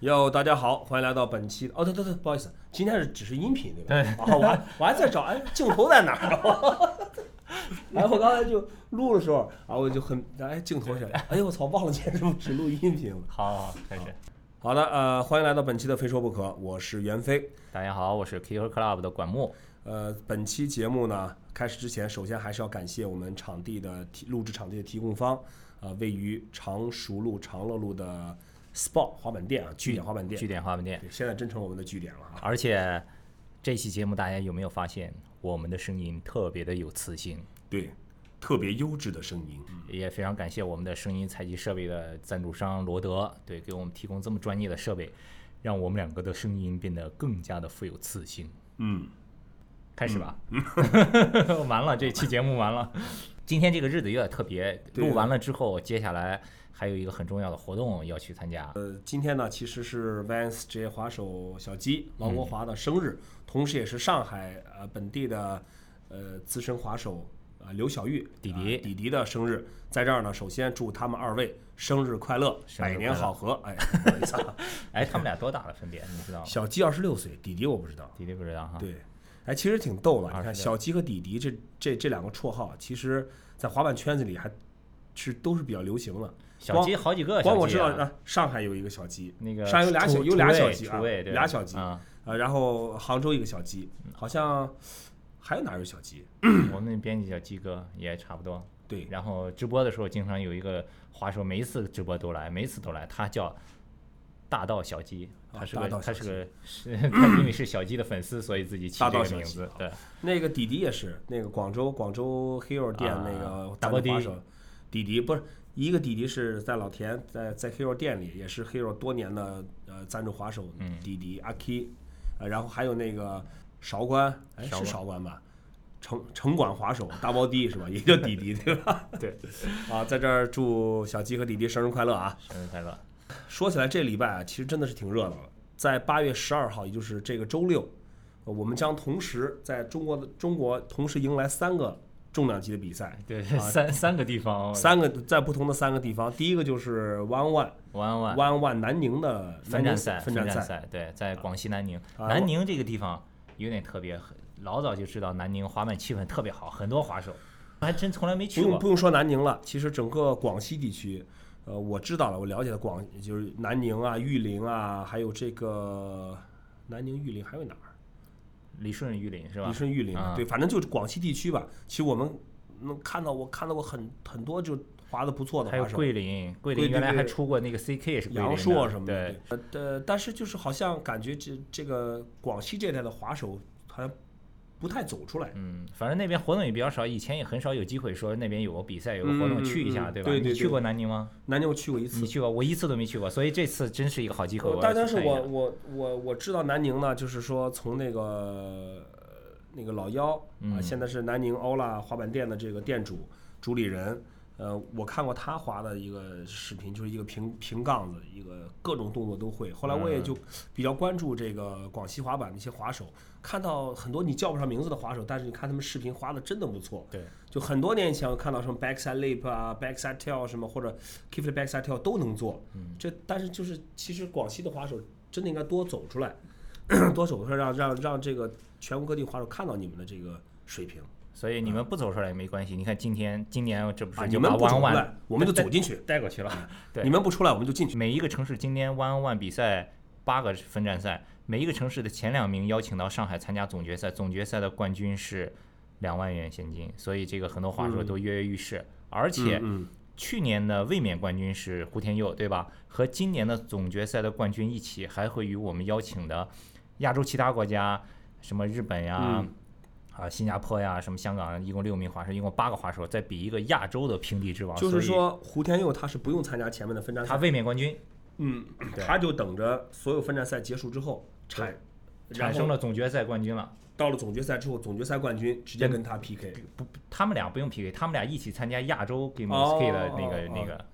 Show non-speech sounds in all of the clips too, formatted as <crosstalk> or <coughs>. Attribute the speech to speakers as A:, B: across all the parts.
A: 哟，大家好，欢迎来到本期的哦，对对对，不好意思，今天是只是音频对吧？
B: 对
A: 啊，我还我还在找，哎，镜头在哪儿 <laughs> 啊？哎，我刚才就录的时候啊，我就很哎镜头起来，哎呦我操，忘了今天是不是只录音频了。
B: 好好，可以。
A: 好的，呃，欢迎来到本期的非说不可，我是袁飞。
B: 大家好，我是 Kicker Club 的管木。
A: 呃，本期节目呢，开始之前，首先还是要感谢我们场地的提录制场地的提供方，呃，位于常熟路长乐路的 SPA 滑板店啊，据点滑板店
B: 据，点花门店。
A: 对，现在真成我们的据点了啊。
B: 而且这期节目大家有没有发现，我们的声音特别的有磁性？
A: 对，特别优质的声音。
B: 也非常感谢我们的声音采集设备的赞助商罗德，对，给我们提供这么专业的设备，让我们两个的声音变得更加的富有磁性。
A: 嗯，
B: 开始吧， <laughs> 完了，这期节目完了。今天这个日子有点特别，
A: 对
B: 录完了之后，接下来还有一个很重要的活动要去参加。
A: 呃，今天呢其实是 Vans 职业滑手小鸡王国华的生日，同时也是上海呃本地的呃资深滑手呃刘小玉
B: 弟
A: 啊
B: 弟
A: 弟弟的生日，在这儿呢，首先祝他们二位生日快乐，
B: 生日
A: 百年
B: 快乐
A: 好合。 <laughs> 哎，不好意思啊
B: 哎，他们俩多大了？分别你知道吗？
A: 小鸡二十六岁，弟弟我不知道。
B: 迪迪不知道哈。
A: 对，哎，其实挺逗的。你看，
B: 26
A: 小鸡和弟弟这这这两个绰号，其实在滑板圈子里还是都是比较流行的。
B: 小鸡好几个小鸡、啊，
A: 光我知道啊，上海有一个小鸡，
B: 那个
A: 上海有俩
B: 厨
A: 小有俩
B: 厨卫
A: 小鸡啊
B: 厨卫对嗯
A: 俩小鸡
B: 啊， <clears throat>
A: 呃，然后杭州一个小鸡，好像还有哪儿有小鸡？
B: 我们那编辑叫鸡哥也差不多。
A: 对，
B: 然后直播的时候，经常有一个滑手，每一次直播都来，每一次都来，他叫大道小鸡，
A: 啊
B: 他是
A: 大
B: 个、
A: 道
B: 他
A: 小
B: 是个是，他因为是小鸡的粉丝，所以自己起
A: 大
B: 这
A: 道
B: 个
A: 小
B: 名
A: 鸡
B: 字
A: 啊。
B: 对，
A: 那个迪迪也是，那个广州广州 Hero 店那个
B: 啊大
A: 国
B: 伯
A: 滑
B: 迪
A: 手，迪迪不是一个迪迪是在老田在在 Hero 店里，也是 Hero 多年的呃赞助滑手，
B: 嗯
A: 迪迪阿 K，呃，然后还有那个韶关，哎
B: 韶
A: 是
B: 关
A: 韶关吧？城城管滑手大包迪是吧？也叫迪迪对吧？
B: <laughs> 对，
A: 啊，在这儿祝小鸡和迪迪生日快乐啊！
B: 生日快乐！
A: 说起来，这礼拜啊，其实真的是挺热闹的。在八月十二号，也就是这个周六，呃我们将同时在中国的中国同时迎来三个重量级的比赛，
B: 对，三三个地方，
A: 三个在不同的三个地方。第一个就是 One
B: 弯
A: One
B: 弯
A: One One 南宁的
B: 分
A: 南宁
B: 站赛，
A: 分
B: 战
A: 赛，
B: 赛，对，在广西南宁。
A: 啊我
B: 南宁这个地方有点特别，很老早就知道南宁滑板气氛特别好，很多滑手，还真从来没
A: 不
B: 去
A: 用
B: 过
A: 不。用说南宁了，其实整个广西地区，呃，我知道了，我了解的广就是南宁啊、玉林啊，还有这个南宁、玉林还有哪儿？啊
B: 李顺玉林是吧
A: 李？顺玉林
B: 啊
A: 对，反正就是广西地区吧。其实我们能看到，我看到过很很多就滑的不错的
B: 还有
A: 滑手，
B: 桂林，桂
A: 桂
B: 林原来
A: 对
B: 还
A: 对
B: 出过那个 CK 也是桂林
A: 杨
B: 的
A: 硕什么的
B: 对，。
A: 对呃，但是就是好像感觉这这个广西这一带的滑手好像不太走出来。
B: 嗯，反正那边活动也比较少，以前也很少有机会说那边有个比赛有个活
A: 嗯
B: 动去一下，
A: 嗯
B: 对吧？
A: 对对
B: 你去
A: 对
B: 过南宁吗？
A: 南宁我去过一次
B: 你，去过，我一次都没去过，所以这次真是一个好机会。
A: 呃
B: 我
A: 但
B: 要
A: 但
B: 啊去
A: 是
B: 看一
A: 我
B: 下
A: 我我我知道南宁呢，就是说从那个呃那个老幺啊，
B: 嗯
A: 现在是南宁欧拉滑板店的这个店主主理人。呃，我看过他滑的一个视频，就是一个平平杠子，一个各种动作都会。后来我
B: 嗯
A: 也就比较关注这个广西滑板的一些滑手，看到很多你叫不上名字的滑手，但是你看他们视频滑的真的不错。
B: 对，
A: 就很多年以前我看到什么 backside lip 啊、backside tail 什么或者 kickflip backside tail 都能做，
B: 嗯
A: 这但是就是其实广西的滑手真的应该多走出来， <coughs> 多走出来让让让这个全国各地滑手看到你们的这个水平
B: 所以你们不走出来也没关系。你看今天今年这不
A: 啊！
B: 是
A: 你
B: 就
A: 们
B: 把
A: 不走
B: 弯
A: 出
B: 弯
A: 来，我们就走进去；嗯
B: 带过去了。对
A: 你们不出来，我们就进去。
B: 每一个城市今天 One One 比赛八个分站赛，每一个城市的前两名邀请到上海参加总决赛，总决赛的冠军是两万元现金，所以这个很多滑手都跃跃欲试。而且
A: 嗯，
B: 去年的卫冕冠军是胡天佑，对吧？和今年的总决赛的冠军一起，还会与我们邀请的亚洲其他国家，什么日本呀、啊。
A: 嗯
B: 新加坡呀，什么香港，一共六名滑手，一共八个滑手，再比一个亚洲的平地之王。
A: 就是
B: 啊所以
A: 说胡天佑他是不用参加前面的分站
B: 他
A: 赛，
B: 卫冕冠军
A: 嗯，
B: 对
A: 他就等着所有分站赛结束之后产
B: 产
A: 然
B: 生
A: 后
B: 了总决赛冠军了。
A: 到了总决赛之后，总决赛冠军直接跟他 PK。
B: 不，他们俩不用 PK，他们俩一起参加亚洲 Game
A: 哦
B: Ski 的那个、
A: 哦
B: 那个，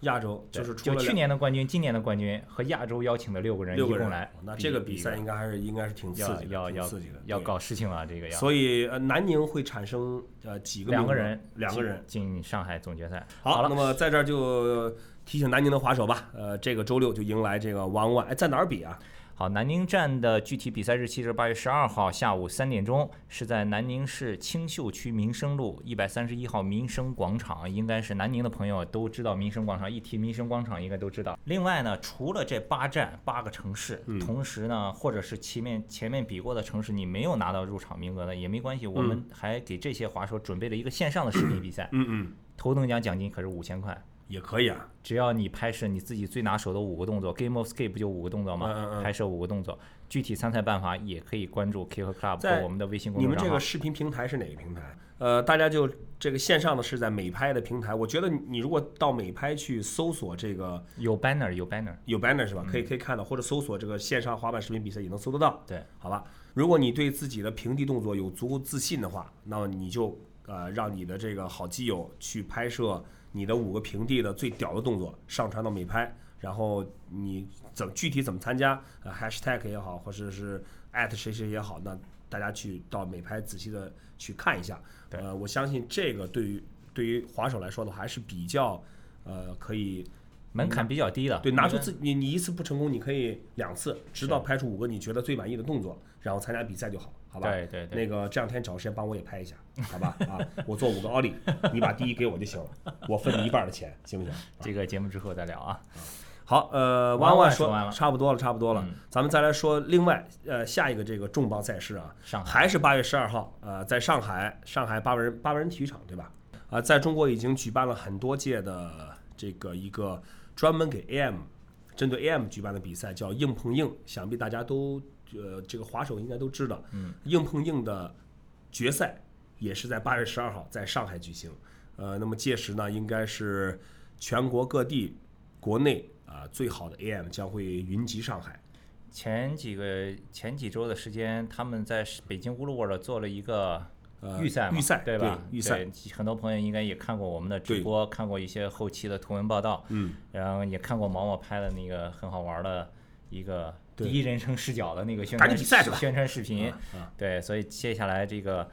A: 亚洲
B: 对
A: 就是除
B: 就
A: 了
B: 去
A: 两
B: 年的冠军、今年的冠军和亚洲邀请的六个人一
A: 六个
B: 共
A: 人
B: 来比，
A: 啊那这个比赛
B: 一
A: 应该还是应该是挺刺
B: 要
A: 激的，
B: 要
A: 挺
B: 要
A: 刺激的，
B: 要
A: 对。
B: 搞事情了，这个要
A: 所以呃，南宁会产生呃几个
B: 两
A: 名
B: 个
A: 额
B: 人
A: 两个
B: 进
A: 人。
B: 进上海总决赛。
A: 好，
B: 了
A: 那，么在这儿就提醒南宁的滑手吧，呃，这个周六就迎来这个 One One，哎，在哪儿比啊？
B: 好，南宁站的具体比赛日期是八月十二号下午三点钟，是在南宁市青秀区民生路一百三十一号民生广场。应该是南宁的朋友都知道民生广场，一提民生广场应该都知道。另外呢，除了这八站八个城市，
A: 嗯
B: 同时呢，或者是前面前面比过的城市你没有拿到入场名额的也没
A: 嗯
B: 关系，我们还给这些滑手准备了一个线上的视频比赛，
A: 嗯嗯，
B: 头等奖奖金可是五千块。
A: 也可以啊，
B: 只要你拍摄你自己最拿手的五个动作，Game of Skate 不就五个动作吗？
A: 嗯嗯嗯
B: 拍摄五个动作，具体参赛办法也可以关注 Kick Club
A: 在
B: 和我们的微信公
A: 你
B: 众
A: 们
B: 账
A: 这
B: 号
A: 个。视频平台是哪个平台？呃，大家就这个线上的是在美拍的平台，我觉得你你如果到美拍去搜索这个
B: 有 banner 有 banner，
A: 有 banner 是吧？
B: 嗯
A: 可以可以看到，或者搜索这个线上滑板视频比赛也能搜得到。
B: 对，
A: 好吧，如果你对自己的平地动作有足够自信的话，那么你就呃让你的这个好基友去拍摄你的五个平地的最屌的动作，上传到美拍，然后你怎么具体怎么参加、呃、，hashtag 也好，或者是艾特谁谁也好，那大家去到美拍仔细的去看一下。
B: 对
A: 呃，我相信这个对于对于滑手来说的话还是比较呃可以。
B: 门槛比较低的。
A: 对，拿出
B: 因为
A: 自你你一次不成功，你可以两次，直到拍出五个你觉得最满意的动作，然后参加比赛就好，好吧？
B: 对对对
A: 那个这两天找时间帮我也拍一下，好吧？啊，我做五个奥利，你把第一给我就行了，我分你一半的钱，行不行？
B: 这个节目之后再聊啊。
A: 好，呃，
B: 弯
A: 弯
B: 弯说
A: 说
B: 完了嗯
A: 差不多了，差不多了，咱们再来说另外呃下一个这个重磅赛事啊，
B: 上海
A: 还是八月十二号，呃，在上海上海八万人八万人体育场对吧？啊、在中国已经举办了很多届的这个一个专门给 AM 针对 AM 举办的比赛，叫硬碰硬，想必大家都呃这个滑手应该都知道，嗯，硬碰硬的决赛也是在八月十二号在上海举行。呃，那么届时呢，应该是全国各地、国内啊、最好的 AM 将会云集上海。
B: 前几个前几周的时间，他们在北京乌鲁尔做了一个预赛嘛，
A: 呃预赛
B: 对吧？
A: 对预赛
B: 对，很多朋友应该也看过我们的直
A: 对
B: 播，看过一些后期的图文报道，
A: 嗯，
B: 然后也看过毛毛拍的那个很好玩的一个第
A: 对
B: 一人称视角的那个宣
A: 赶
B: 传
A: 紧比赛去吧啊
B: 宣传视频，对，所以接下来这个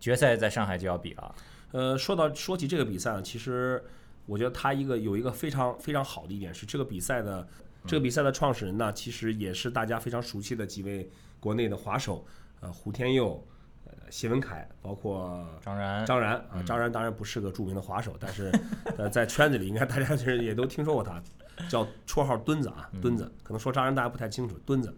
B: 决赛在上海就要比了，
A: 呃，说到说起这个比赛啊，其实我觉得它一个有一个非常非常好的一点是，这个比赛的这个比赛的创始人呢，其实也是大家非常熟悉的几位国内的滑手，呃，胡天佑、呃，谢文凯，包括
B: 当然
A: 张然啊，张然当然不是个著名的滑手，但是呃，在圈子里应该大家其实也都听说过他，叫绰号墩子啊，墩子。可能说张然大家不太清楚，墩子。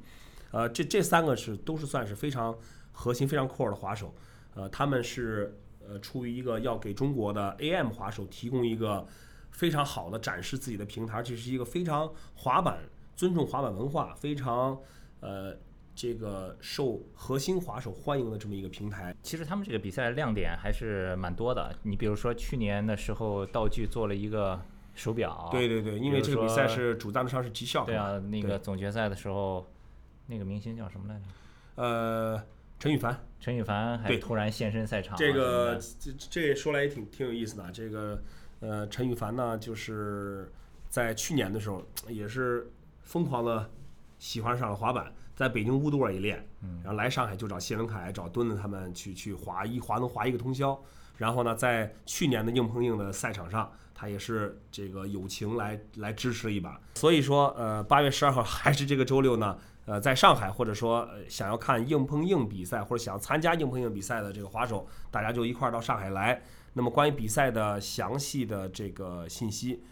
A: 呃，这这三个是都是算是非常核心、非常 core 的滑手。呃，他们是呃出于一个要给中国的 AM 滑手提供一个非常好的展示自己的平台，这是一个非常滑板尊重滑板文化，非常呃这个受核心滑手欢迎的这么一个平台。
B: 其实他们这个比赛亮点还是蛮多的，你比如说去年的时候，道具做了一个手表，
A: 对对对，因为
B: 比
A: 这
B: 如
A: 啊个比赛
B: 说
A: 是主赞助商是极效，
B: 对啊，
A: 对
B: 那个总决赛的时候，那个明星叫什么来着？
A: 呃，陈羽凡，
B: 陈羽凡还
A: 对
B: 突然现身赛场啊什
A: 这
B: 么的，
A: 个这这说来也挺挺有意思的啊。这个呃，陈羽凡呢，就是在去年的时候也是疯狂的喜欢上了滑板，在北京乌杜尔也练，然后来上海就找谢文凯、找墩子他们去去滑，一滑能滑一个通宵。然后呢，在去年的硬碰硬的赛场上，他也是这个友情来来支持了一把。所以说，呃，八月十二号还是这个周六呢，呃，在上海或者说、呃、想要看硬碰硬比赛或者想要参加硬碰硬比赛的这个滑手，大家就一块儿到上海来。那么关于比赛的详细的这个信息，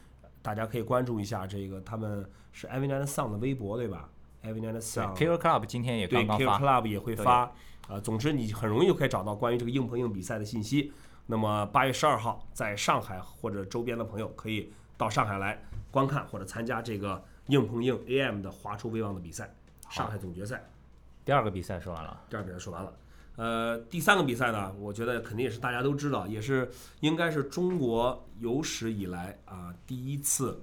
A: 大家可以关注一下这个他们是 a v i n a n Sun 的微博对吧 a v i n a n
B: 对
A: Sun
B: Kill Club 今天也
A: 啊对
B: 刚
A: k
B: 刚
A: i l
B: 发，
A: Club 也会发，呃，总之你很容易就可以找到关于这个硬碰硬比赛的信息。那么八月十二号，在上海或者周边的朋友可以到上海来观看或者参加这个硬碰硬 AM 的华出威望的比赛，上海总决赛。
B: 第二个比赛说完了，
A: 第二比赛说完了。呃，第三个比赛呢，我觉得肯定也是大家都知道，也是应该是中国有史以来啊、第一次，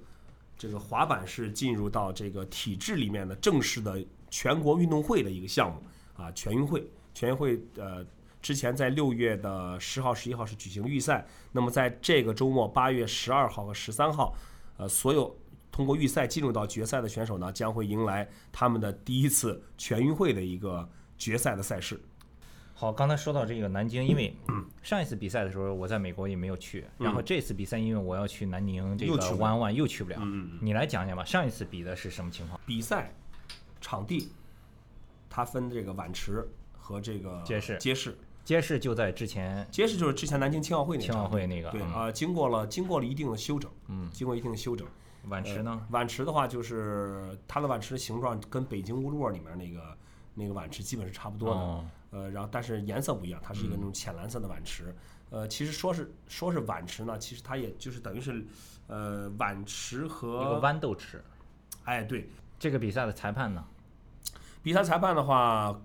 A: 这个滑板是进入到这个体制里面的正式的全国运动会的一个项目啊、全运会。全运会呃，之前在六月的十号、十一号是举行预赛，那么在这个周末八月十二号和十三号，呃，所有通过预赛进入到决赛的选手呢，将会迎来他们的第一次全运会的一个决赛的赛事。
B: 好，刚才说到这个南京，因为
A: 嗯
B: 上一次比赛的时候我在美国也没有去，然后这次比赛因为我要去南宁这
A: 又去不
B: 个
A: 了
B: 弯弯又去不了
A: 嗯嗯嗯，
B: 你来讲讲吧，上一次比的是什么情况？
A: 比赛场地它分这个碗池和这个
B: 街市
A: 街市，
B: 街市就在之前，
A: 街市就是之前南京青奥会那个
B: 青奥
A: 场地
B: 会那个
A: 对
B: 嗯
A: 啊、呃经过了经过了一定的修整，嗯，经过一定的修整。
B: 碗池呢？
A: 碗池的话，就是它的碗池的形状跟北京乌鲁尔里面那个那个碗池基本是差不多的，
B: 哦嗯
A: 呃，然后但是颜色不一样，它是一个那种浅蓝色的碗池。呃，其实说是说是碗池呢，其实它也就是等于是，呃，碗池
B: 一个
A: 和
B: 豌豆池。
A: 哎对，
B: 这个比赛的裁判呢？
A: 比赛裁判的话，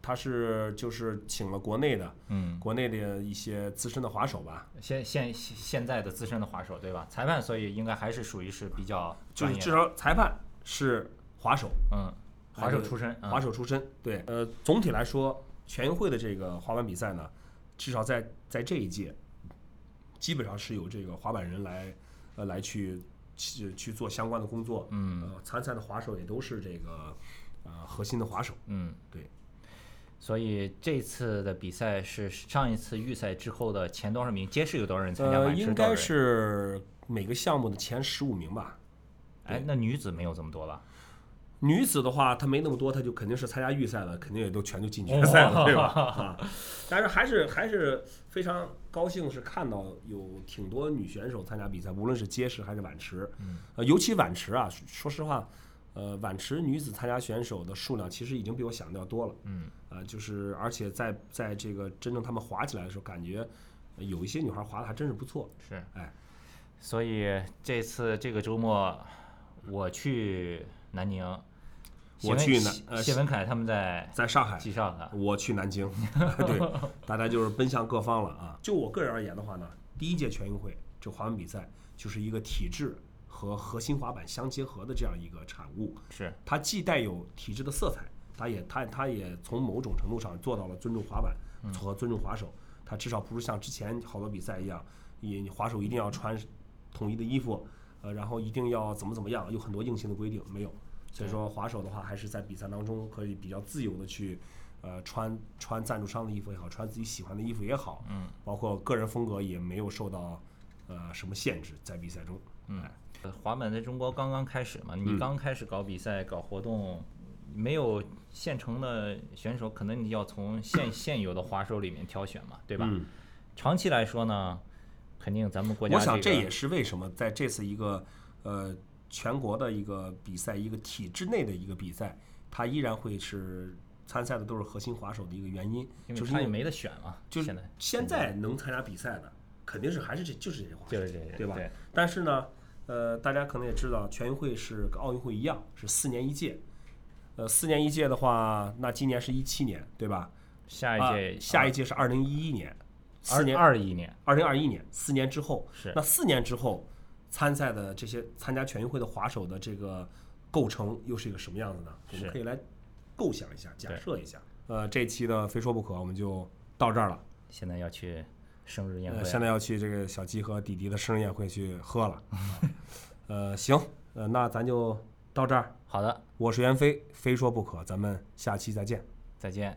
A: 他是就是请了国内的
B: 嗯，
A: 国内的一些资深的滑手吧，
B: 现现现在的资深的滑手对吧？裁判所以应该还是属于是比较
A: 就是
B: 专业的
A: 至少裁判是滑手，
B: 嗯，滑手出身，
A: 滑
B: 手
A: 手出身。对，呃，总体来说，全运会的这个滑板比赛呢，至少在在这一届，基本上是由这个滑板人来呃来去去去做相关的工作。嗯，呃，参赛的滑手也都是这个呃核心的滑手。
B: 嗯，
A: 对。
B: 所以这次的比赛是上一次预赛之后的前多少名？街市有多少人参加？
A: 呃，
B: 晚市
A: 应
B: 多少
A: 该
B: 人？
A: 是每个项目的前十五名吧。
B: 哎，那女子没有这么多吧？
A: 女子的话，她没那么多，她就肯定是参加预赛了，肯定也都全就进决赛了，对吧？啊，但是还是还是非常高兴，是看到有挺多女选手参加比赛，无论是街式还是碗池，呃，尤其碗池啊，说说实话，呃，碗池女子参加选手的数量其实已经比我想的要多了，
B: 嗯，
A: 呃，就是而且在在这个真正她们滑起来的时候，感觉呃有一些女孩滑的还真是不错，
B: 是，
A: 哎，
B: 所以这次这个周末我去南宁，谢文
A: 去南
B: 谢
A: 呃
B: 谢文凯他们在
A: 在上海
B: 机上的，
A: 我去南京，对，大家就是奔向各方了啊。就我个人而言的话呢，第一届全运会这滑板比赛就是一个体制和核心滑板相结合的这样一个产物，
B: 是
A: 它既带有体制的色彩，它也它它也从某种程度上做到了尊重滑板和尊重滑手，它至少不是像之前好多比赛一样，你你滑手一定要穿统一的衣服，呃，然后一定要怎么怎么样，有很多硬性的规定没有。所以说滑手的话，还是在比赛当中可以比较自由的去，呃，穿穿赞助商的衣服也好，穿自己喜欢的衣服也好，嗯，包括个人风格也没有受到呃什么限制，在比赛中，嗯，
B: 呃滑板在中国刚刚开始嘛，你刚开始搞比赛、搞活动，没有现成的选手，可能你要从现现有的滑手里面挑选嘛，对吧？
A: 嗯
B: 长期来说呢，肯定咱们国家、
A: 我想
B: 这
A: 这
B: 个
A: 也是为什么在这次一个呃全国的一个比赛，一个体制内的一个比赛，它依然会是参赛的都是核心滑手的一个原因，
B: 因
A: 就
B: 为
A: 是
B: 他也
A: 因为
B: 没得选嘛，
A: 就
B: 现
A: 是
B: 在嗯
A: 现在能参加比赛的肯定是还是这就是这些滑手，
B: 就是这些
A: 对吧
B: 对？
A: 但是呢，呃，大家可能也知道，全运会是跟奥运会一样是四年一届，呃，四年一届的话，那今年是一七年，对吧？
B: 下一
A: 啊
B: 届、
A: 下一届是二零一一年，四年
B: 二一年，
A: 二零二一年，四年之后，
B: 是
A: 那四年之后参赛的这些参加全运会的滑手的这个构成又是一个什么样子呢？我们
B: 是
A: 可以来构想一下，假设一下。呃，这期的非说不可，我们就到这儿了。
B: 现在要去生日宴会啊
A: 呃，
B: 了，
A: 现在要去这个小鸡和弟弟的生日宴会去喝
B: <laughs>
A: 了。呃，行，呃，那咱就到这儿。
B: 好的，
A: 我是袁飞，非说不可，咱们下期再见。
B: 再见。